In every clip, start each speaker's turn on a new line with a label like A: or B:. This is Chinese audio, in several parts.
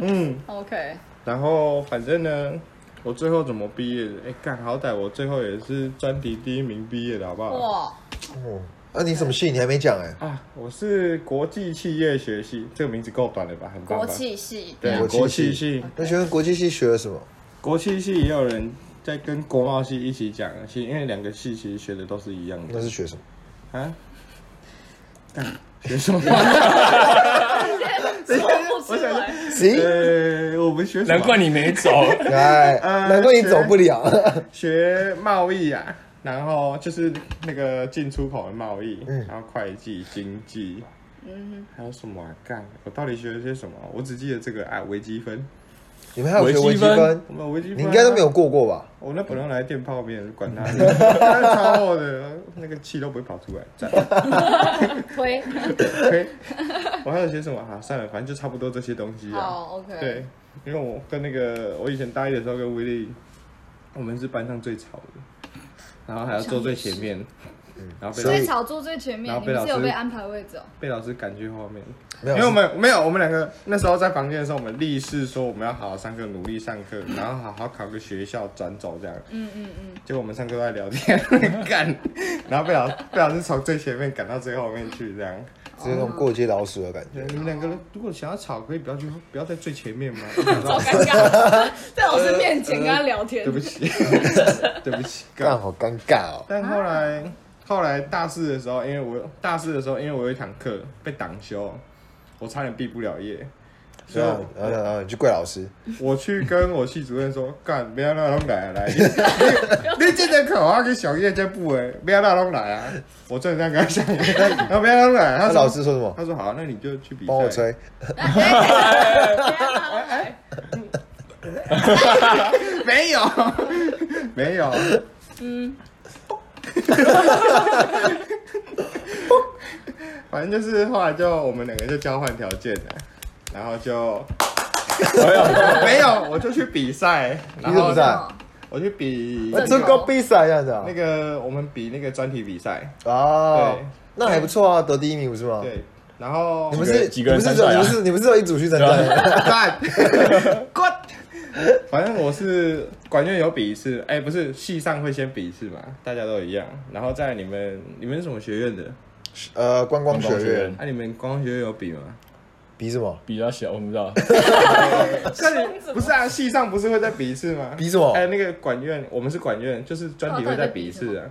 A: 嗯，
B: OK，
A: 然后反正呢，我最后怎么毕业的？哎，干，好歹我最后也是专题第一名毕业的，好不好？
B: 哇，
C: 哦，那、你什么系？你还没讲哎、
A: 啊，我是国际企业学系，这个名字够短了吧？很棒吧？
B: 国际系，
A: 对，
C: 国
A: 国
C: 际
A: 际
C: 系
A: 系，
C: 那请问国际系学了什么？
A: 国际系也有人在跟国贸系一起讲，其实因为两个系其实学的都是一样
C: 那
A: 的
C: 是学什么？
A: 啊。干学什么？
B: 说不出来，
C: 行，
A: 呃，我们学什么
D: 难怪你没走。
C: 哎，
A: 呃
C: 难怪你走不了。
A: 学贸易啊，然后就是那个进出口的贸易，
C: 嗯
A: 然后会计、经济，嗯，还有什么啊？干，我到底学了些什么？我只记得这个啊，微积分，
C: 你们还有学微积
D: 微积
C: 分
D: 分？
A: 我们微积分啊、
C: 你应该都没有过过吧？
A: 我那本来来电泡面，管他 的，超厚的，那个气都不会跑出来。赞
B: 推，
A: 嘿我还有些什么啊？算了，反正就差不多这些东西啊。
B: 好，OK，
A: 对，因为我跟那个我以前大一的时候跟威利，我们是班上最吵的，然后还要坐最前面，然后被
C: 嗯所
A: 老
C: 以
A: 师
B: 最吵坐最前面
A: 然，
B: 你
A: 后被
B: 们
A: 老
B: 是有
A: 师
B: 被安排位置哦。
A: 被老师赶去后面，
C: 没
A: 因
B: 啊
C: 有，
A: 为我们没有，我们两个那时候在房间的时候，我们立誓说我们要好好上课，努力上 课，然后好好考个学校转走这样。
B: 嗯嗯嗯，
A: 结果我们上课都在聊天 干，然后被老被老师从最前面赶到最后面去这样。
C: 是那种过街老鼠的感觉。
A: 对你们两个人如果想要吵，可以不要去不要在最前 面吗？我想
B: 好
A: 说
B: 尴尬，在老师面前跟他聊天
A: 对，不起， 对不起，干
C: 干好尴尬哦。
A: 但后来、后来大四的时候，因为我大四的时候，因为我有一堂课被挡修，我差点毕不了业，所
C: 然
A: 以
C: 后，嗯然后，然后你去怪老师，
A: 我去跟我系主任说，干，不要让他们来啊来， 你你这个口啊跟小叶在不哎，不要让他们来啊，我真的这样跟他讲，然后不要让他们来啊，他
C: 那
A: 说
C: 老师说什么？
A: 他说好，那你就去比赛，
C: 帮我吹，
A: 没 有，没有，
B: 嗯，
A: 反正就是后来就我们两个就交换条件了，然后就。没有，我就去比赛，然
C: 你怎么
A: 后
C: 在？
A: 我去比
C: 啊
B: 那
C: 这个比赛这样子啊
A: 那？个我们比那个专题比赛，
C: 哦
A: 对，
C: 那还不错啊，得第一名不是吗？
A: 对，然后
C: 你们是
D: 几
C: 你
D: 个
C: 们
D: 人
C: 是
D: 参
C: 只有
D: 赛
C: 你
D: 啊
C: 们是你们是只有一组去参赛
A: 啊
C: 的，
A: 干滚，反正我是管院有比一次，哎、不是系上会先比一次嘛，大家都一样，然后在你们你们是什么学院的？
C: 呃，观光学
D: 观光学
C: 院
D: 院
A: 啊，你们光学院有比吗？
C: 比什么？
D: 比较小，我不知道。
A: 那不是啊，系上不是会再比一次吗？
C: 比什么
A: 哎、那个管院，我们是管院，就是专题会再比一次啊。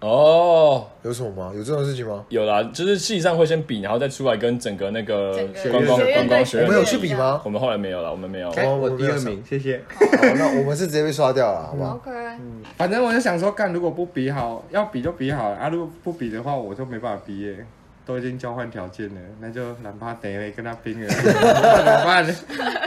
D: 哦，
C: 有什么吗？有这种事情吗？
D: 有啦，就是系上会先比，然后再出来跟整个那个
B: 整个
D: 观光
A: 学院
D: 观光学
C: 我
D: 院
C: 们有
D: 的
C: 去比吗？
D: 我们后来没有了，我们没有。
A: 哎、
C: 哦
A: 我
C: 我没
A: 第
C: 有
A: 二
C: 上
A: 名，谢谢。
C: 好，那我们是直接被刷掉了，好不好？
B: OK，
A: 反正我就想说，干如果不比好，要比就比好了啊，如果不比的话，我就没办法毕业，都已经交换条件了，那就懒怕得了，跟他拼了， 怎么办？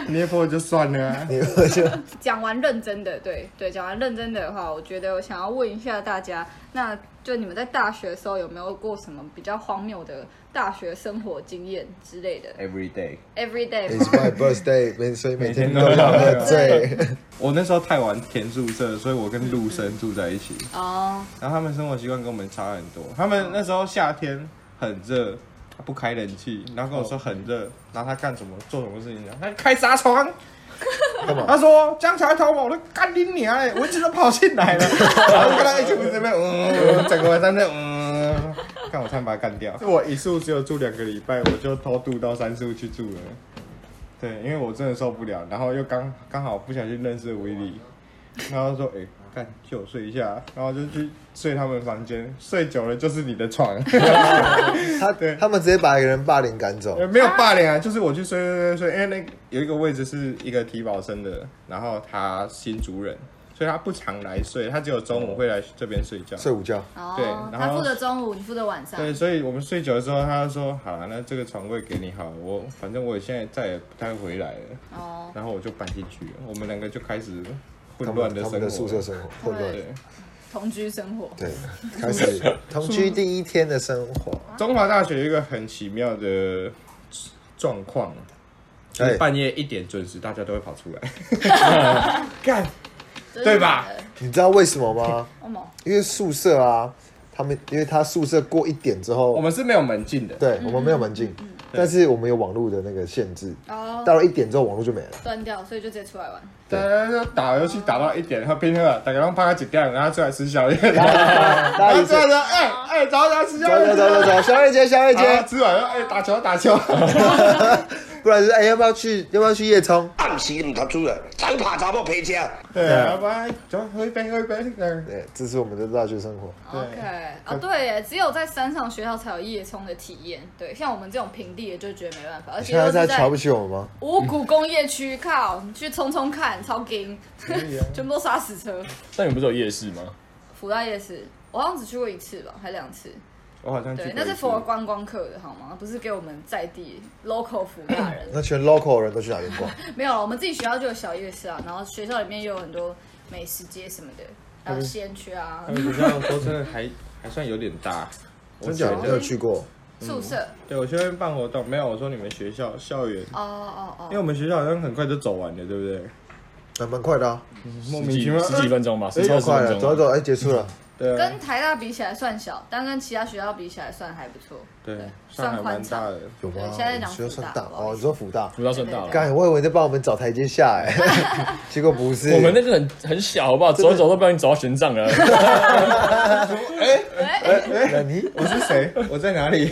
A: 捏破就算了、啊。
C: 你 们就
B: 讲完认真的，对对，讲完认真的话，我觉得我想要问一下大家，那就你们在大学的时候有没有过什么比较荒谬的大学生活经验之类的
A: Every day，
B: ？Every day，
C: It's my birthday，每所以每天
A: 每天
C: 都
A: 都
C: 要
A: 要
C: 喝醉。
A: 我那时候太晚填宿舍，所以我跟陆生住在一起，
B: 哦，
A: 然后他们生活习惯跟我们差很多。他们那时候夏天很热，他不开冷气，然后跟我说很热，然后他干什么做什么事情呢？他开纱窗。
C: 干嘛？
A: 他说江桥逃跑，我说干你娘嘞！蚊子都跑进来了，然后就跟他一起在那边，嗯，整个晚上在嗯，看我差点把他干掉。我一宿只有住两个礼拜，我就偷渡到三宿去住了。对，因为我真的受不了，然后又刚刚好不小心认识了威利，然后说哎。干，借我睡一下，啊然后就去睡他们房间，睡久了就是你的 床，
C: 他
A: 对
C: 他们直接把一个人霸凌赶走。
A: 没有霸凌啊，就是我去睡睡睡睡，因为那个有一个位置是一个体保生的，然后他新主人，所以他不常来睡，他只有中午会来这边睡觉。
C: 睡午觉，
A: 对
B: 哦，
A: 然
B: 他
A: 后
B: 负责中午，你负责晚上，
A: 对，所以我们睡久了之后，他就说好啊了，那这个床位给你好了，我反正我现在再也不太回来了，
B: 哦，
A: 然后我就搬进去了，我们两个就开始
C: 他
A: 混
C: 们
A: 乱的
C: 他
A: 生
C: 们
A: 活。
C: 的宿舍生活混乱。
A: 对，
B: 同居生活，
C: 对，开始同居第一天的生活。
A: 中华大学有一个很奇妙的状况，就是
C: 哎，
A: 半夜一点准时，大家都会跑出来，干。对吧
C: 你知道为什么吗？
B: 真的？哦，
C: 因为宿舍啊，他们因为他宿舍过一点之后，
A: 我们是没有门禁的，嗯
C: 对我们没有门禁，但是我们有网络的那个限制，
B: 哦，
C: 到了一点之后网络就没了。
B: 断掉，所以就直接出来玩。
A: 大家就打游戏打到一点，然后边喝，大家让趴到几点，然后出来吃宵夜，然
C: 大家
A: 后
C: 一起
A: 出来说，哎哎，走走吃
C: 走
A: 宵
C: 走
A: 夜，
C: 走走走，小月姐小月
A: 姐
C: 姐，
A: 吃完了，哎，打球打球，
C: 不然就是哎要不要去要不要去夜冲？
E: 暗时唔及主人，走爬查某啊皮车。
A: 对，要不然走喝一杯喝一杯，嗯
C: 对，这是我们的大学生活。
A: 对
B: OK，啊，对耶，只有在山上学校才有夜冲的体验。对，像我们这种平地的就觉得没办法，而
C: 你
B: 且
C: 现在
B: 又
C: 是在
B: 是
C: 瞧
B: 在
C: 不起我们吗？
B: 五谷工业区，靠，你去冲冲看，超劲，全部都杀死车。
D: 但你们不是有夜市吗？
B: 福大夜市，我好像只去过一次吧，还两次。
A: 我好像去
B: 对
A: 过，
B: 那
A: 一
B: 是
A: 次
B: for 观光客的好吗？不是给我们在地 local 福大人。
C: 那全 local 人都去哪边 逛？
B: 没有，我们自己学校就有小夜市啊，然后学校里面也有很多美食街什么的，还有西安区啊
A: 他，们学校都真的还还算有点大，我
C: 真假的？
A: 觉
C: 你
A: 得
C: 有去过？
B: 宿舍。
A: 对，我去那边办活动，没有，我说你们学校校园，
B: 哦哦
A: 因为
B: 哦，
A: 我们学校好像很快就走完了，对不对？
C: 还蛮快的啊，
A: 莫
D: 十
A: 名
D: 几
A: 其妙，
D: 十几分钟吧，十几
C: 超
D: 二十
C: 快的，
D: 分
B: 啊
D: 钟。
C: 走一走，哎，结束了。
A: 对啊
B: 跟台大比起来算小，但跟其他学校比起来算还不错。
A: 对，上
B: 算
A: 海
B: 宽
A: 蛮
B: 敞
A: 大的，
C: 有吗？
B: 对现在讲
C: 学校算
B: 福大
C: 大
B: 不好
C: 哦，
B: 意思
C: 你说福大？
D: 不要算大了，
C: 干，我以为在帮我们找台阶下哎， 结果不是。
D: 我们那个很很小，好不好？走一走都不小心走到玄奘了。
C: 那你
A: 我是谁？ 我在哪里？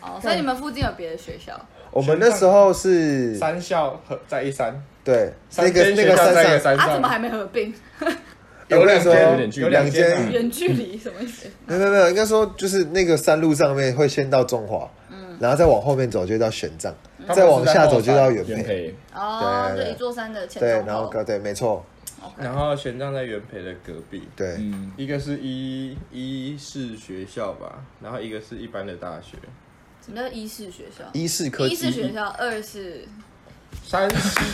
B: 哦，所以你们附近有别的学校？
C: 我们那时候是
A: 三校和在一山，
C: 对那
A: 三
C: 个
A: 间
C: 那
A: 学
C: 个
A: 校在一
C: 山
A: 个
C: 上，
A: 山
B: 啊，怎么
A: 上，
B: 还没合并？
A: 有两
D: 有
A: 间
D: 点距离
A: 有两间，
B: 远距离什么意 思？
C: 没有没有没有，应该说就是那个山路上面会先到中华，
B: 嗯
C: 然后再往后面走就到玄奘，
A: 他们是
C: 再往下走就到
A: 在
C: 元
D: 元
C: 培。
D: 培，
B: 哦，
C: 对
B: 就
C: 对
B: 一座山的前
C: 对，
B: 中
C: 然后
B: 后。
C: 对，没错，
A: 然后玄奘在元培的隔壁，
C: 对，
D: 嗯，
A: 一个是一一是学校吧，然后一个是一般的大学，
B: 什么叫一式学校？
C: 一是科
B: 一式学
C: 技，
B: 校，二是
A: 三十，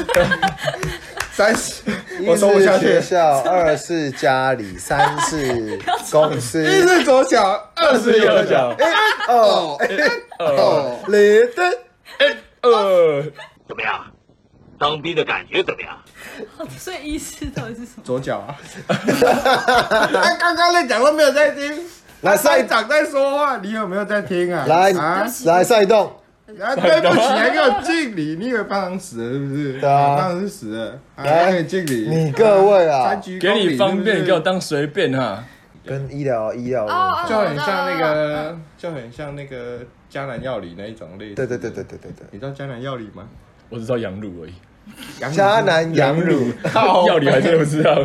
A: 三 十，我
C: 一
A: 说不
C: 是
A: 下去
C: 学。校，二是家里，三 是公司
A: 一，是左脚，二是右脚，
D: 讲
C: 哦哦，雷登。
D: 呃，
E: 怎么样？当兵的感觉怎么样？
B: 哦所以一式到底是什么？
A: 左脚 啊！他哎刚刚在讲都没有在听，
C: 来
A: 上一
C: 上
A: 长在说话，你有没有在听啊？
C: 来
A: 啊！
C: 来上一栋，
A: 啊对不起，还给我敬礼！你以为班长死了是不是？
C: 对啊
A: 班长是死了，啊
C: 来
A: 还给你敬礼。
C: 你各位
A: 三
C: 啊，
A: 鞠
D: 给
A: 躬礼
D: 你方
A: 是
D: 便，
A: 不是
D: 给我当随便哈。
C: 跟医疗医疗有
B: 哦
C: 关，
B: 哦
A: 就很像那个，就很像那个江南料理那一种类似。
C: 对对对对对对对，
A: 你知道江南料理吗？
D: 我只知道羊乳而已，
A: 羊乳
C: 迦南羊乳，
A: 靠
D: 药理还真的不 知道。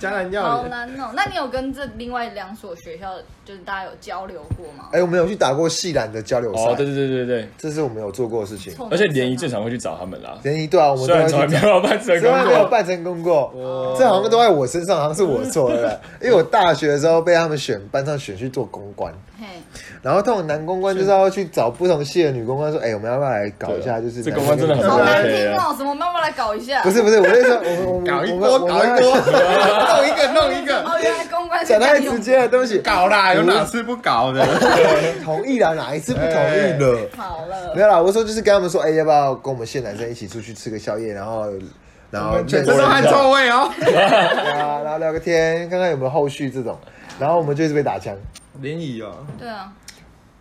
A: 江南料
B: 好
A: 理，
B: 难哦。那你有跟这另外两所学校，就是大家有交流过吗？
C: 哎，我们有去打过系篮的交流
D: 哦，对
C: 赛，
D: 对对对对，
C: 这是我们有做过的事情。
B: 错
D: 而且联谊最常会去找他们啦，
C: 联谊对啊，我们
D: 虽
C: 都
D: 然
C: 要
D: 从来
C: 去
D: 没有办成
C: 虽然没 有
D: 功过。
C: 办成功过，
A: 哦
C: 这好像都在我身上，好像是我错 了。因为我大学的时候被他们选班上选去做公关，
B: 嘿，
C: 然后通常男公关就是要去找不同系的女公关说，哎，我们要不要来搞一下？就是
D: 啊这
C: 男
D: 公关真的很
B: 好
D: 累
B: 难听哦，什么妈妈来搞一下？
C: 啊不是不是，我那时候我们
A: 搞一
C: 我们
A: 锅，
C: 我们
A: 搞一锅，弄一 个，弄一个，
B: 哦，原来公关是
C: 讲
B: 这
C: 太
B: 样
C: 直
B: 用。
C: 接了，对不起。
A: 搞啦！有哪次不搞 的？
C: 同意啦，哪一次不同意
A: 哎
C: 了？
B: 好了
C: 没，有啦，我说就是跟他们说，哎、要不要跟我们县男生一起出去吃个宵夜，然后然后
A: 全
C: 认识
A: 身
C: 一
A: 都汗臭
C: 下，
A: 味哦。
C: 对啊，然后聊个天，看看有没有后续这种，然后我们就一直被打枪。
A: 联谊哦，
B: 对啊，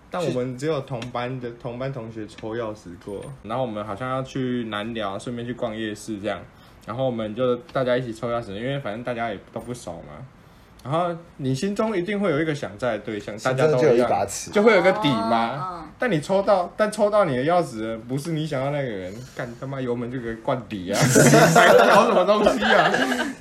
A: 但我们只有同班的同班同学抽钥匙过，然后我们好像要去南寮，顺便去逛夜市这样，然后我们就大家一起抽钥匙，因为反正大家也都不熟嘛。然后你心中一定会有一个想在的对象，大
C: 心
A: 家
C: 中
A: 都
C: 就有一
A: 样
C: 把尺
A: 就会有一个底
B: 哦
A: 嘛。
B: 嗯
A: 但你抽到，但抽到你的钥匙的不是你想要那个人，干他妈油门就给灌底 啊！还搞什么东西啊？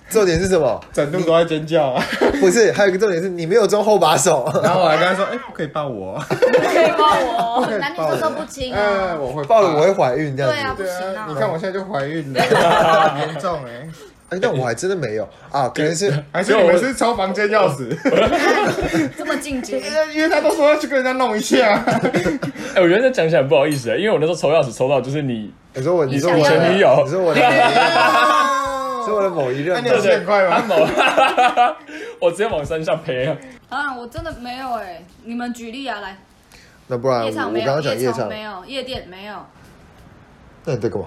C: 重点是什么？
A: 整路都在尖叫啊！
C: 不是，还有一个重点是你没有中后把手，
A: 然后我还跟他说：“哎、不可以抱我，
B: 可以抱我，
A: 可以
B: 男女
A: 抱
B: 授受
A: 我
B: 不亲
A: 哎、
B: 啊。
A: 我会
C: 抱了我会怀孕这样
B: 对
C: 子。
B: 啊，不
A: 对
B: 行
A: 啊，
B: 啊
A: 你。看我现在就怀孕了，很严重哎、
C: 哎、但我还真的没有啊，可能是
A: 还是你们是抽房间钥匙？
B: 这么进阶，
A: 因为他都说要去跟人家弄一下，
D: 哎，我觉得这讲起来很不好意思，因为我那时候抽钥匙抽到就是你
C: 你说我，你说我的
D: 前女友
C: 你说我的，你说我的某一
A: 那
C: 任
A: 你，有很快吗？
D: 我直接往山下陪啊。
B: 啊，我真的没有哎，你们举例啊，来，
C: 那不然我
B: 夜场
C: 啊我
B: 没
C: 刚
B: 有，
C: 刚讲夜
B: 夜场
C: 唱，
B: 没有，夜店没有，
C: 那你在干嘛？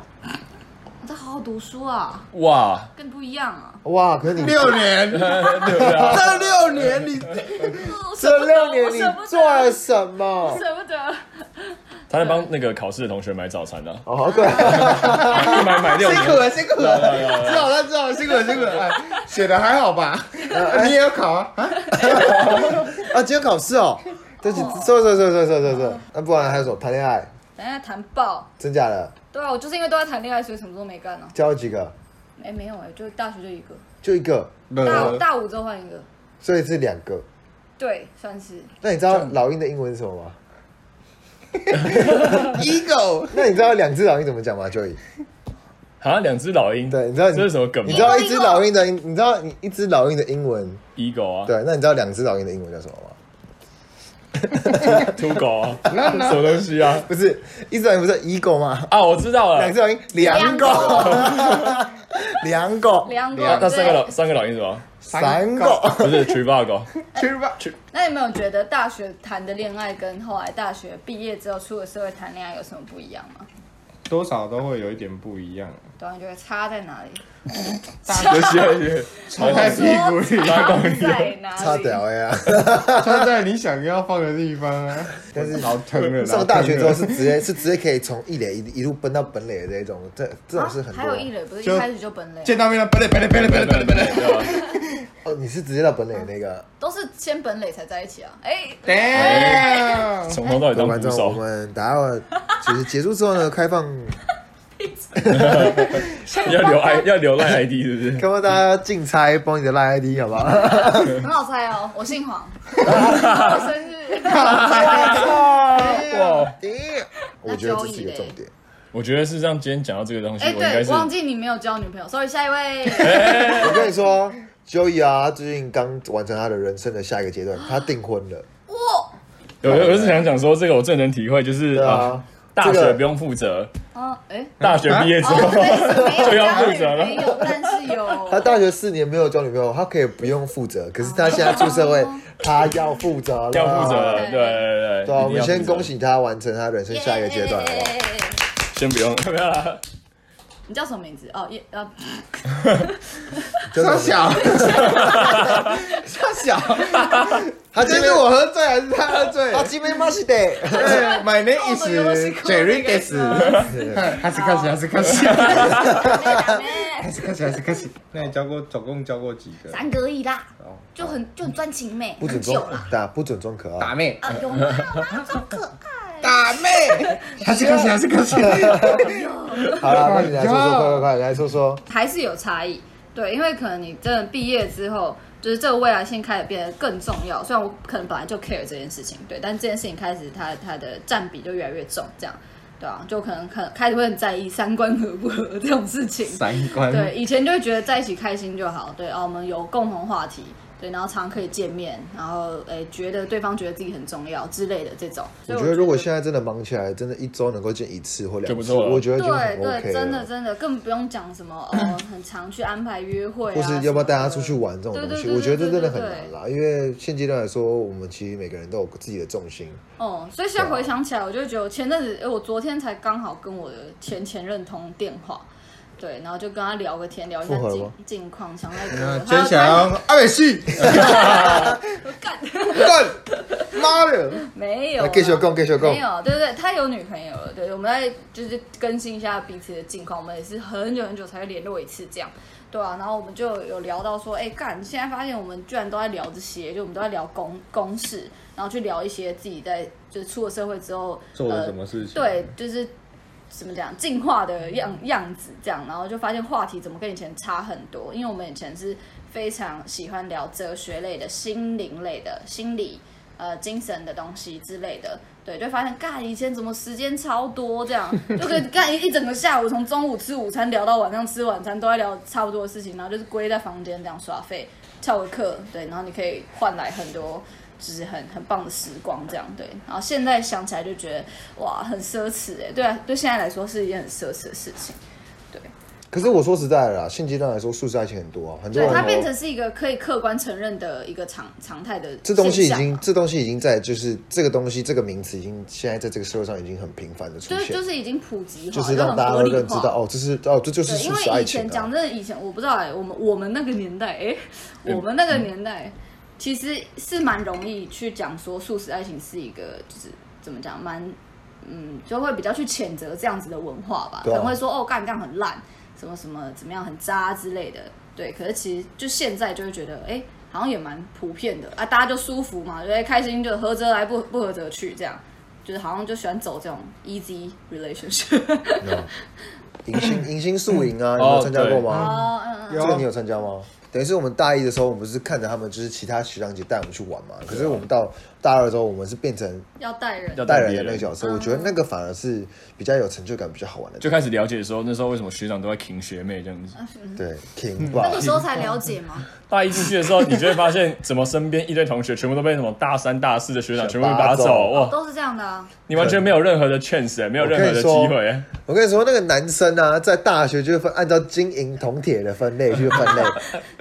B: 我在好好读书啊，
D: 哇，
B: 跟你不一样啊，
C: 哇，可是你
A: 六年，这六年你
B: 我舍
C: 这
B: 不得
C: 六年
B: 我舍不
C: 你
B: 得
C: 做了什么？
B: 舍不得，
D: 他在帮那个考试的同学买早餐呢、
C: 哦，好 可爱。
D: 一买买六
A: 辛苦
D: 年。
A: 了，辛苦了，知道了，知道了，辛苦了，辛苦了，哎写的还好吧？ 你也要考啊？啊
C: 啊，今天考试哦，对不起，错错错错错错错，那不然还有什么谈恋爱？
B: 等一下谈爆。
C: 真假的？
B: 对啊，我就是因为都在谈恋爱，所以什么都没干呢、啊。
C: 交几个？
B: 哎、没有哎、就大学就一个，
C: 就一个，
B: 大
A: 呃
B: 大五之后换一个，
C: 所以是两个。
B: 对，算是。
C: 那你知道老鹰的英文是什 么吗？
A: ，ego，
C: 那你知道两只老鹰怎么讲吗？Joy，
D: 啊，两只老鹰，
C: 对，你知道你
D: 这是什么梗吗？
C: 你知道一只老鹰的英，你知道你一只老鹰的英文？
D: ego 啊，
C: 对，那你知道两只老鹰的英文叫什么吗？
D: 土狗啊，什么东西啊？
C: 不是，一只老鹰不是 eagle 吗？
D: 啊，我知道了
C: 两，只老鹰，两 个，两个，
B: 两个
D: 那三个老
B: 对
D: 三个老鹰是什么？
C: 三个。
D: 不是 trivago，
A: 去吧，
B: 那你有没有觉得大学谈的恋爱跟后来大学毕业之后出了社会谈恋爱有什么不一样吗？
A: 多少都会有一点不一样。
B: 对啊，你觉得差在哪里？
D: 有些有些，
A: 穿在屁股里，
B: 差在哪里？
C: 差屌呀！
A: 穿在你想要放的地方啊。但是老疼了，
C: 上
A: 老疼了
C: 大学之后是直接是直接可以从一垒一一路奔到本垒的这一种，这这种是很多。
B: 啊还有一垒不是
A: 就
B: 一开始就本垒，
A: 啊见到面了，本垒本垒本垒本垒本垒本垒。
C: 哦，你是直接到本垒的那个。
B: 都是先本垒才在一起啊？哎、
A: Damn！
D: 从头到尾
C: 各
D: 当
C: 位观
D: 捕
C: 众，我
D: 手，
C: 们打到就是结束之后呢，开放
D: 要留 i 要留赖 ID 是不是？
C: 开放大家竞猜，帮你的赖 ID 好不好？
B: 很好猜哦，我姓黄，我生日。
D: 哇，
C: 我觉得这是一个重点。
D: 我觉得是这样。今天讲到这个东西，
B: 哎、
D: 我应该
B: 对，
D: 是
B: 忘记你没有交女朋友，sorry，下一位。
C: 我跟你说，Joey 啊，最近刚完成他的人生的下一个阶段，他订婚了。
B: 哇，
D: 有有，我是想讲说这个我最能体会，就是
C: 对啊
D: 啊，大
C: 这
D: 学
C: 个啊
D: 不用负责，
B: 啊，哎、
D: 大学毕业之后
B: 哦，没事
D: 就
B: 没有
D: 要
B: 交
D: 负
B: 女
D: 责了
B: 朋。友，但是有。
C: 他大学四年没有交女朋友，他可以不用负责，可是他现在出社会，他要负责了，
D: 要负责了，
B: 对
D: 对
C: 对啊，
D: 对对一定要
C: 我们先
D: 负责
C: 恭喜他完成他人生下一个阶段，好不好？
B: 耶
D: 先不用， 不要啦
B: 你叫什么名字？哦，叶 呃，
C: 就是我
A: 他
C: 们
A: 小， 他小，
C: 他
A: 这
C: 今
A: 是
C: 天
A: 我喝醉还是他喝醉？
C: 他今天马是得，
A: 哎 My name is
B: 我们又是哭
A: Jerry
B: 那个
A: Des。还是开始，还是开始，还是开始，还是开始。那你交过总共交过几个？
B: 三个亿啦
A: 哦，
B: 就很就很专情妹，
C: 不准
B: 很
C: 中
B: 久 啦。
C: 打，不准中可
A: 打
C: 啊！
A: 妹，
B: 啊，有吗？ 有吗？超可爱。
A: 打妹，还是开始，还是开始。
C: 好了，那你来说说，快快快，你来说说，
B: 还是有差异。对，因为可能你真的毕业之后，就是这个未来性开始变得更重要。虽然我可能本来就 care 这件事情，对，但这件事情开始它它的占比就越来越重，这样，对啊，就可能可能开始会很在意三观合不合这种事情。
A: 三观
B: 对，以前就会觉得在一起开心就好，对，哦，我们有共同话题，对，然后常可以见面，然后诶，觉得对方觉得自己很重要之类的这种。所
C: 我
B: 以
C: 觉得如果现在真的忙起来，真的一周能够见一次或
D: 就
C: 两
D: 不
C: 次，
D: 错了
C: 我觉得就
B: 对
C: 很
B: 对，
C: OK
B: 真的
C: 了。
B: 真的，更不用讲什么 哦，很常去安排约会啊，
C: 或是要不要带他出去
B: 什么的
C: 玩这种东
B: 对对
C: 西，
B: 对
C: 我觉得
B: 对
C: 这
B: 对
C: 真的很难
B: 对
C: 啦。因为现阶段来说，我们其实每个人都有自己的重心，
B: 哦，所以现在回想起来，我就觉得我前阵子，哎，我昨天才刚好跟我的前前任通电话，对，然后就跟他聊个天，聊一下
C: 复合了
B: 近
C: 吗哎
B: 近况，想那
A: 嗯
B: 个，
A: 真想要阿美系，
B: 干，
A: 干，妈的！
B: 没有
C: 那
B: 啊，
C: 继续讲，继续
B: 没
C: 讲。
B: 有，对对对，他有女朋友了，对，我们在就是更新一下彼此的近况，我们也是很久很久才会联络一次这样，对啊，然后我们就有聊到说，哎、干，现在发现我们居然都在聊这些，就我们都在聊公公事，然后去聊一些自己在就是出了社会之后
A: 做了
B: 呃
A: 什么事情
B: 对，就是怎么讲进化的样样子这样，然后就发现话题怎么跟以前差很多，因为我们以前是非常喜欢聊哲学类的、心灵类的、心理呃精神的东西之类的，对，就发现干以前怎么时间超多这样，就可以干一一整个下午，从中午吃午餐聊到晚上吃晚餐，都在聊差不多的事情，然后就是归在房间这样耍废。翘个课，对，然后你可以换来很多就是很很棒的时光，这样对。然后现在想起来就觉得哇，很奢侈哎、对啊，对现在来说是一件很奢侈的事情。
C: 可是我说实在的啦，现阶段来说，素食爱情很多啊，很多
B: 对，
C: 人
B: 它
C: 哦
B: 变成是一个可以客观承认的一个常常态的
C: 这东西已
B: 现象
C: 经
B: 嘛，
C: 这东西已经在就是这个东西这个名词已经现在在这个社会上已经很频繁的出
B: 就是
C: 现，
B: 就是已经普及化，
C: 就是
B: 就
C: 让
B: 很
C: 大家
B: 合
C: 都
B: 理
C: 认知
B: 化
C: 到哦，这是哦这就是
B: 对，因
C: 素食
B: 为
C: 爱
B: 以前
C: 情
B: 讲
C: 啊。
B: 真的，以前我不知道哎、我们我们那个年代哎、
C: 嗯
B: 我们那个年代其实是蛮容易去讲说素食爱情是一个就是怎么讲蛮嗯，就会比较去谴责这样子的文化吧，可
C: 对啊
B: 能会说哦，干这样很烂，什么什么怎么样很渣之类的。对，可是其实就现在就会觉得，哎，好像也蛮普遍的啊，大家就舒服嘛，对，开心就合则来，不不合则去，这样就是好像就喜欢走这种 easy relationship。
C: 迎新迎新宿营
D: 嗯
C: 啊，有没有参加过吗？
B: 哦，嗯嗯，
C: 这个你有参加吗？等于是我们大一的时候，我们是看着他们就是其他学长姐带我们去玩嘛。可是我们到大二的时候，我们是变成
B: 要带人，
D: 要
C: 带
D: 带
C: 人
D: 人
C: 的那个角色，我觉
B: 嗯
C: 得那个反而是比较有成就感、比较好玩的。
D: 就开始了解的时候，那时候为什么学长都在挺学妹这样
C: 啊
D: 子？
C: 对，King 吧
B: 那，个时候才了解嘛。
D: 大一进去的时候，你就会发现，怎么身边一堆同学全部都被什么大三、大四的学长全部
C: 小八
D: 打走，
C: 走
D: 哇，
B: 都是这样的啊，
D: 你完全没有任何的 chance，、欸、没有任何的机
C: 我
D: 会、欸。
C: 我跟你说，那个男生啊，在大学就是分按照金银铜铁的分类去分 类，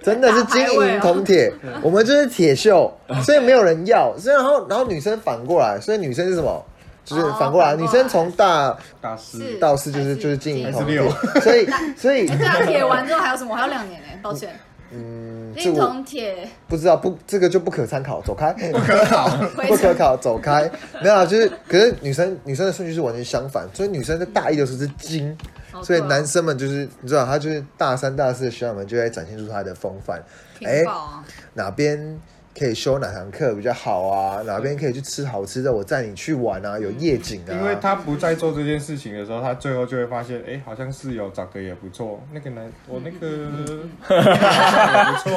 C: 真的是金
B: 哦
C: 银铜铁，我们就是铁锈，所以没有人要。所以然后然后女生反过来，所以女生是什么？就是
B: 哦
C: 反过来，
B: 反过
C: 女
B: 来
C: 生从大
A: 大师
B: 是
C: 到四就是
B: 还是
C: 就是金银铜
A: 还是
C: 铁，所以所以
B: 对啊，铁完之后还有什么？我还有两年呢、抱歉。嗯，
C: 这
B: 金
C: 我
B: 铜铁
C: 不知道不这个就不可参考，走开，不可
B: 灰
C: 不可
B: 尘，
C: 考，走开。没有啊，就是可是女生女生的顺序是完全相反，所以女生在大一的时候是精，
B: 哦
C: 所以
B: 对啊
C: 男生们就是你知道，他就是大三大四的学长们就会展现出他的风范。哎
B: 挺爆啊！
C: 哪边可以修哪堂课比较好啊？哪边可以去吃好吃的，我载你去玩啊，有夜景啊。
A: 因为他不在做这件事情的时候，他最后就会发现，哎、好像室友长得也不错，那个男，我那个
B: 嗯我
A: 也不错，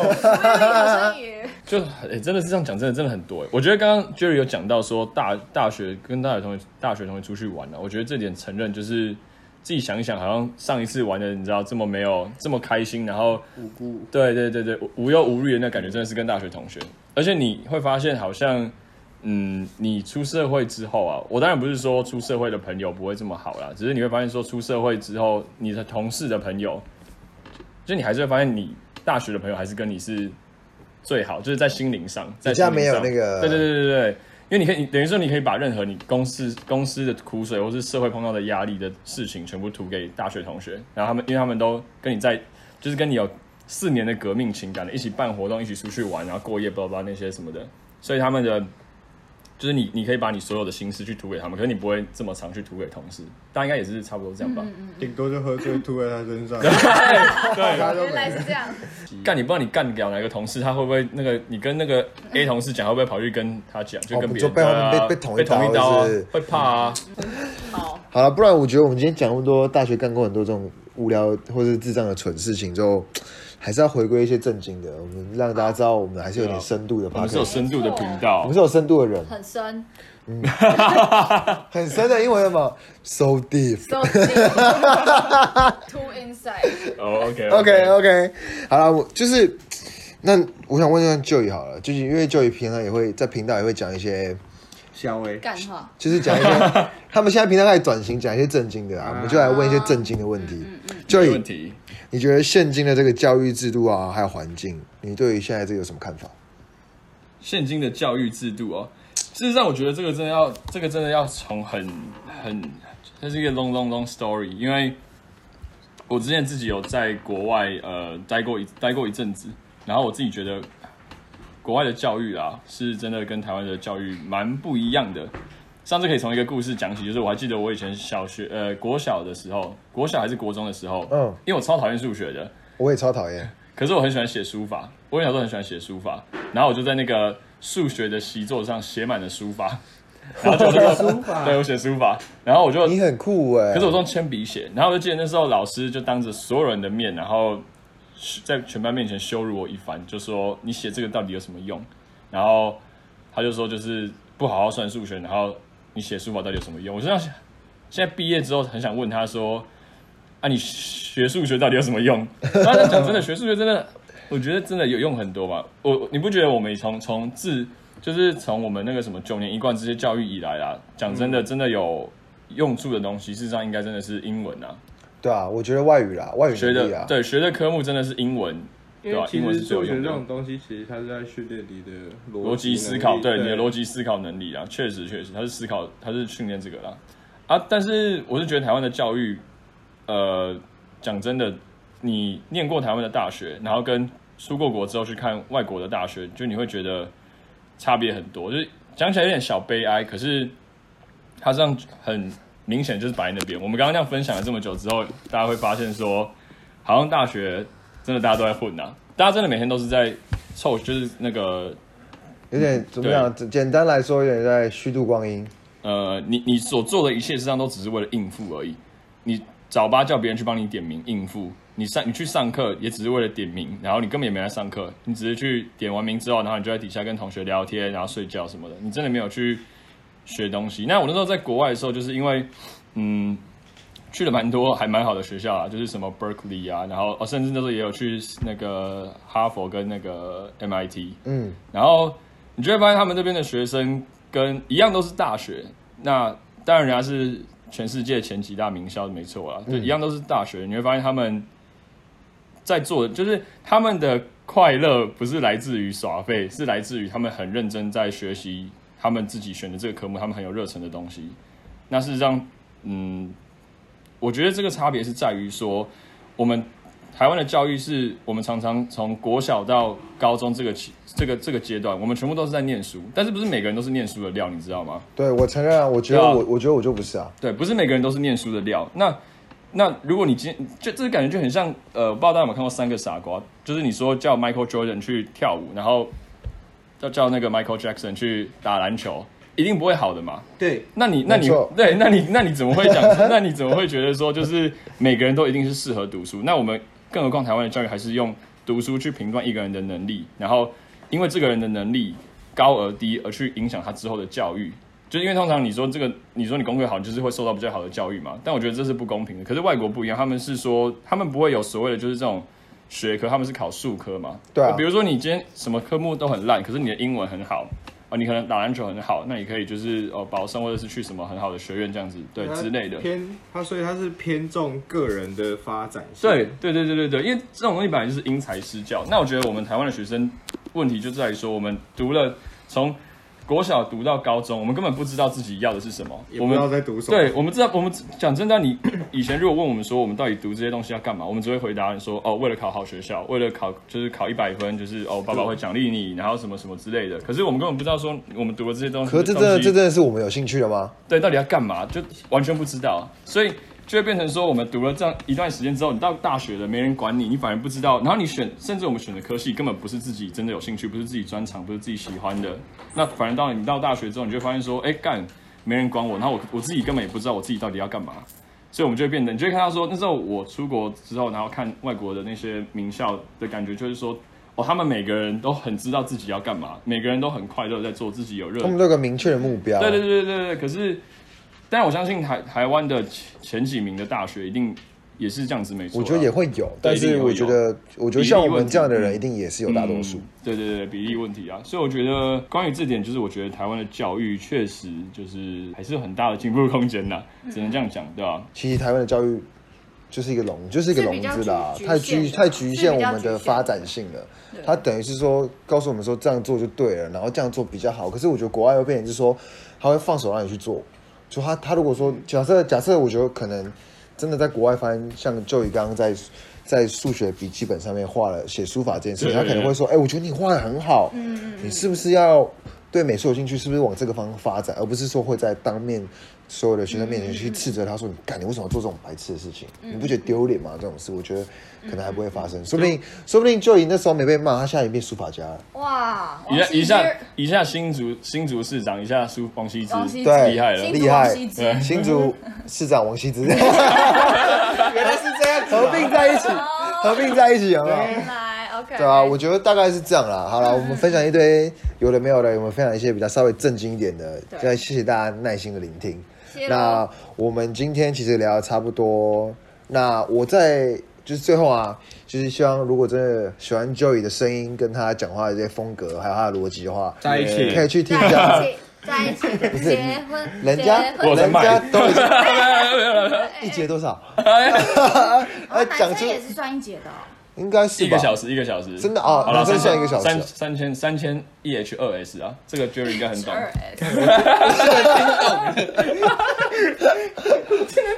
B: 以为好像也
D: 就诶、真的是这样讲，真的真的很多、欸。我觉得刚刚 Jerry 有讲到说大大学跟大学同学大学同学出去玩呢、啊我觉得这点承认就是自己想一想，好像上一次玩的你知道这么没有这么开心，然后
A: 无辜。
D: 对对对对无无忧无虑的那感觉真的是跟大学同学，而且你会发现好像。嗯，你出社会之后啊，我当然不是说出社会的朋友不会这么好啦，只是你会发现说出社会之后，你的同事的朋友，就你还是会发现你大学的朋友还是跟你是最好，就是在心灵上，在
C: 比较
D: 心灵上
C: 没有那个
D: 对对对对对，因为你可以你等于说你可以把任何你公司公司的苦水或是社会碰到的压力的事情，全部吐给大学同学，然后他们因为他们都跟你在，就是跟你有四年的革命情感的，一起办活动，一起出去玩，然后过夜，巴拉巴拉那些什么的，所以他们的。就是你，你可以把你所有的心思去吐给他们，可是你不会这么常去吐给同事。大家应该也是差不多这样吧。
A: 顶多就喝醉吐在他身上，
D: 对，
B: 原来是这样，
D: 干你不知道你干掉哪个同事，他会不会那个你跟那个 A 同事讲，会不会跑去跟他讲，就跟别
C: 哦就
D: 人
C: 被他们
D: 对啊
C: 被被捅一
D: 被捅
C: 刀
D: 一刀啊
C: 是，嗯
D: 会怕啊。
B: 好，
C: 好了，不然我觉得我们今天讲那么多大学干过很多这种无聊或是智障的蠢事情之后，还是要回归一些正经的，我们让大家知道我们还是有点深度的 p o
D: 我们
C: d
D: 是有
C: c
D: 深度的频
C: 我
D: 道
C: 们，是有深度的人，
B: 很深，
C: 很深的英文什么 so deep。
B: so deep, too inside，
D: 哦，OK
C: OK OK，好了，我就是那我想问一下 Joey 好了，就是因为 Joey 平常也会在频道也会讲一些，
A: 小薇，
B: 干话，
C: 就是讲一些他们现在频道开始转型讲一些正经的啊，我们就来问一些正经的问题。
D: 没问
C: Joey，
D: 题。
C: 你觉得现今的这个教育制度啊，还有环境，你对于现在这个有什么看法？
D: 现今的教育制度哦，事实上我觉得这个真的要，这个真的要从很很，这是一个 long long long story，因为我之前自己有在国外呃待过一待过一阵子，然后我自己觉得国外的教育啊，是真的跟台湾的教育蛮不一样的。上次可以从一个故事讲起，就是我还记得我以前小学呃国小的时候，国小还是国中的时候，
C: 嗯
D: 因为我超讨厌数学的，
C: 我也超讨厌，
D: 可是我很喜欢写书法，我小时候很喜欢写书法，然后我就在那个数学的习作上写满了书法，然后就
A: 书法
D: 对我写书法，然后我就，
C: 你很酷哎、
D: 可是我是用铅笔写，然后我就记得那时候老师就当着所有人的面，然后在全班面前羞辱我一番，就说你写这个到底有什么用？然后他就说就是不好好算数学，然后你写书法到底有什么用？我就想现在毕业之后很想问他说，啊，你学数学到底有什么用？那他讲真的，学数学真的，我觉得真的有用很多吧。我你不觉得我们从从自就是从我们那个什么九年一贯这些教育以来啊，讲真的，真的有用处的东西，事实上应该真的是英文啊，
C: 对啊，我觉得外语啦，外语
D: 学
C: 能力
D: 的
C: 啊，
D: 对学的科目真的是英文，
A: 因
D: 对
A: 为
D: 吧？
A: 其
D: 英文
A: 实
D: 是最有
A: 数学
D: 用
A: 这
D: 的。
A: 种东西，其实它是在训练你的
D: 逻
A: 逻
D: 辑
A: 能
D: 思
A: 力
D: 考，对你的逻辑思考能力啊，确实确实，他是思考，他是训练这个啦。啊，但是我是觉得台湾的教育，呃，讲真的，你念过台湾的大学，然后跟出过国之后去看外国的大学，就你会觉得差别很多，就是讲起来有点小悲哀。可是他这样很明显就是摆在那边。我们刚刚那样分享了这么久之后，大家会发现说，好像大学真的大家都在混啊，大家真的每天都是在凑，就是那个
C: 有点怎么样？简单来说，有点在虚度光阴。
D: 呃，你你所做的一切实际上都只是为了应付而已。你早八叫别人去帮你点名应付，你上你去上课也只是为了点名，然后你根本也没来上课，你只是去点完名之后，然后你就在底下跟同学聊天，然后睡觉什么的，你真的没有去学东西。那我那时候在国外的时候，就是因为嗯去了蛮多还蛮好的学校啊，就是什么 Berkeley 啊，然后哦甚至那时候也有去那个哈佛跟那个 MIT，
C: 嗯，
D: 然后你就会发现他们这边的学生跟一样都是大学，那当然人家是全世界前几大名校没错啊，就一样都是大学，你会发现他们在做的就是他们的快乐不是来自于耍废，是来自于他们很认真在学习他们自己选的这个科目，他们很有热忱的东西。那事实上，嗯，我觉得这个差别是在于说，我们台湾的教育是我们常常从国小到高中这个期这个这个阶段，我们全部都是在念书，但是不是每个人都是念书的料，你知道吗？
C: 对我承认啊，我觉得
D: 对啊嗯
C: 我，我觉得我就不是啊。
D: 对，不是每个人都是念书的料。那那如果你今天就这个感觉就很像，呃，不知道大家有没有看过《三个傻瓜》，就是你说叫 Michael Jordan 去跳舞，然后要叫那个 Michael Jackson 去打篮球，一定不会好的嘛。
A: 对，
D: 那你那
C: 没
D: 你
C: 错
D: 对，那你那你怎么会讲？那你怎么会觉得说，就是每个人都一定是适合读书？那我们更何况台湾的教育还是用读书去评断一个人的能力，然后因为这个人的能力高而低，而去影响他之后的教育。就是因为通常你说这个，你说你功课好，你就是会受到比较好的教育嘛。但我觉得这是不公平的。可是外国不一样，他们是说他们不会有所谓的就是这种学科，他们是考数科嘛。
C: 对啊
D: 比如说你今天什么科目都很烂，可是你的英文很好，哦，你可能打篮球很好，那你可以就是哦保送或者是去什么很好的学院这样子，对之类的。
A: 啊偏他，所以他是偏重个人的发展性。
D: 对对对对对对，因为这种东西本来就是因材施教。那我觉得我们台湾的学生问题就在于说，我们读了从国小读到高中，我们根本不知道自己要的是什么，
A: 也
D: 我
A: 不知
D: 们
A: 道在读什么。
D: 对，我们知道，我们讲真的，你 以前如果问我们说我们到底读这些东西要干嘛，我们只会回答说哦，为了考好学校，为了考就是考一百分，就是哦，爸爸会奖励你，然后什么什么之类的。可是我们根本不知道说我们读了这些东西，
C: 可是这真的，
D: 东西
C: 这真的是我们有兴趣的吗？
D: 对到底要干嘛，就完全不知道，所以就会变成说我们读了这样一段时间之后，你到大学了没人管你，你反而不知道，然后你选，甚至我们选的科系根本不是自己真的有兴趣，不是自己专长，不是自己喜欢的，那反而到你到大学之后，你就会发现说，哎干。没人管我，然后我我自己根本也不知道我自己到底要干嘛，所以我们就会变得，你就会看到说，那时候我出国之后，然后看外国的那些名校的感觉，就是说，哦，他们每个人都很知道自己要干嘛，每个人都很快乐在做自己有热
C: 他们都有个明确的目标。
D: 对对对对对。可是，但我相信台台湾的前前几名的大学一定也是这样子，没错啊。
C: 我觉得也会有，
D: 对
C: 但
D: 一定
C: 是
D: 有
C: 我觉得，我觉得
D: 比例
C: 像我
D: 问
C: 们
D: 题
C: 这样的人，
D: 嗯
C: 一定也是有大多数
D: 嗯。对对对，比例问题啊，所以我觉得关于这点，就是我觉得台湾的教育确实就是还是有很大的进步空间呐，
B: 嗯
D: 只能这样讲，对吧、
C: 其实台湾的教育就是一个笼，就是一个
B: 是
C: 笼
B: 比较
C: 子啦，
B: 局
C: 太
B: 局
C: 局
B: 限的
C: 太局限
B: 是比较
C: 我们的
B: 局限
C: 发展性了
B: 对。
C: 它等于是说告诉我们说这样做就对了，然后这样做比较好。可是我觉得国外又变成是说，他会放手让你去做。就他他如果说假设假设，我觉得可能真的在国外翻，像就以刚刚在在数学笔记本上面画了写书法这件事情，
D: 对
C: 他可能会说，哎、我觉得你画的很好，
B: 嗯
C: 你是不是要对美术有兴趣？是不是往这个方向发展，而不是说会在当面所有的学生面前去斥责他说：“你干，你为什么要做这种白痴的事情？你不觉得丢脸吗？”这种事，我觉得可能还不会发生，说不定，说不定就以那时候没被骂，他现在已经变书法家了。
B: 哇，
D: 一
B: 王
D: 下
B: 羲
D: 一下
B: 之
D: 一下新竹新竹市长，一下苏王羲之，
B: 王羲之
C: 对
D: 厉害了
B: 新
C: 厉
B: 竹王
C: 害
B: 羲之，
C: 新竹市长王羲之
A: 原来是这样子啊。
C: 合并在一起，合并在一起，有没有？
B: 原来 OK，
C: 对啊，我觉得大概是这样啦。好了，我
B: 嗯
C: 们分享一堆有的没有的，我们分享一些比较稍微正经一点的。
B: 对
C: 再谢谢大家耐心的聆听
B: 谢。咯
C: 那我们今天其实聊的差不多。那我在就是最后啊，就是希望如果真的喜欢 Joey 的声音，跟他讲话的这些风格，还有他的逻辑的话，
A: 在一起
C: 可以去听一
B: 在
C: 下
B: 一。起在一起
C: 是
B: 结婚，
C: 人家
B: 结婚
D: 我在
C: 人
D: 卖
C: 家都已经
B: 哎哎
C: 一节多少？
B: 哎
C: 哎，
B: 男
C: 讲
B: 生
C: 出
B: 也是算一节的哦，
C: 应该是吧
D: 一个小时，一个小时，
C: 真的啊
D: 好了，
C: 那真
D: 三
C: 的算
D: 千
C: 一个小时
D: 三三千三千 EH 二 S 啊，这个 Jerry 应该很懂。
B: 二 S，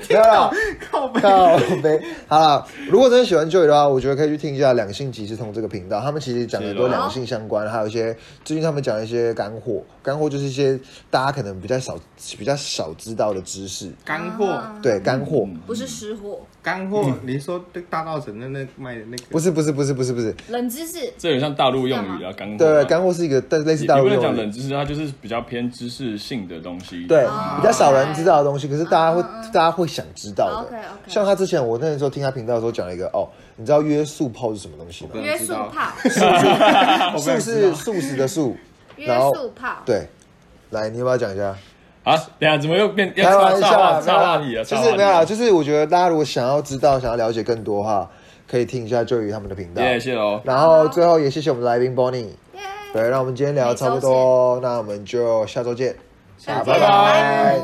C: 没有啦，
A: 靠背
C: 靠呗。好了，如果真的喜欢 Joy 的话，我觉得可以去听一下《两性即时通》这个频道，他们其实讲了很多
D: 是的
C: 两性相关，还有一些最近他们讲了一些干货，干货就是一些大家可能比较少、比较少知道的知识。
A: 干货，
C: 对，干货。
B: 不是失火，
A: 干货，你说对大稻城的那卖的那个，
C: 不是不是不是不是不是，
B: 冷知识
D: 这有点像大陆用语啊，
A: 嗯
D: 干货啊。
C: 对，干货是一个但类似
D: 也
C: 大
D: 也
C: 陆
D: 不能
C: 用
D: 讲
C: 语
D: 冷，知识，它就是比较偏知识性的东西。
C: 对，
A: 哦
C: 比较少人知道的东西，可是大家会
A: 嗯
C: 大家会想知
A: 哦
C: 道的
B: OK，OK。
C: 像他之前我那时候听他频道的时候讲了一个哦，你知道约束炮是什么东西吗？
A: 对
B: 约束炮，
A: 我不
C: 素
A: 想知
C: 是
A: 道
C: 素食的素，
B: 约
C: 然后
B: 束炮，
C: 对，来，你要不要讲一 下？
D: 啊，等一下怎么又变？要
C: 开玩
D: 岔
C: 笑
D: 岔
C: 啦，没有
D: 话岔哎话
C: 啦
D: 题了，啊
C: 就
D: 岔话
C: 是
D: 题
C: 没有啦，
D: 了
C: 就是我觉得大家如果想要知道、想要了解更多的话，可以听一下周宇他们的频道。
D: 耶，谢喽。
C: 然后最后也谢谢我们的来宾 Bonnie。对，那我们今天聊得差不多，那我们就下周见。
B: 下次
C: 拜
B: 见
C: 拜
B: 拜